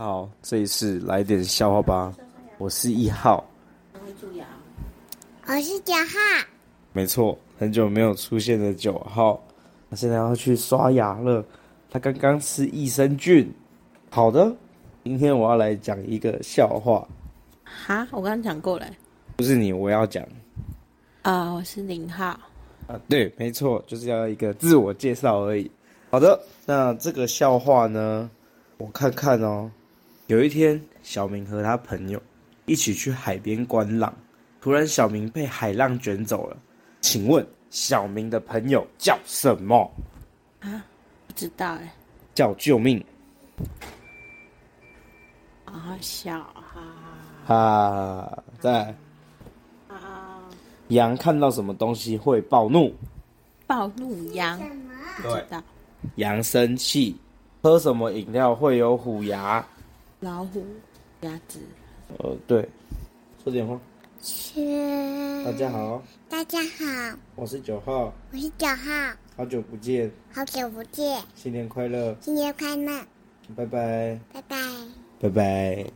好，这一次来点笑话吧。我是一号，我是九号，没错，很久没有出现的九号，他现在要去刷牙了。他刚刚吃益生菌。好的，今天我要来讲一个笑话，哈，我刚刚讲过了欸。不是你，我要讲啊、我是零号。啊，对，没错，就是要一个自我介绍而已。好的，那这个笑话呢，我看看哦。有一天，小明和他朋友一起去海边观浪，突然小明被海浪卷走了。请问，小明的朋友叫什么？不知道哎，叫救命啊、笑哈啊！在啊，羊看到什么东西会暴怒？暴怒羊，不知道羊生气。喝什么饮料会有虎牙？老虎鸭子，呃，对，说点话。是大家好，大家好，我是九号，我是九号，好久不见。好久不见，新年快乐，新年快乐，拜拜，拜拜。拜拜。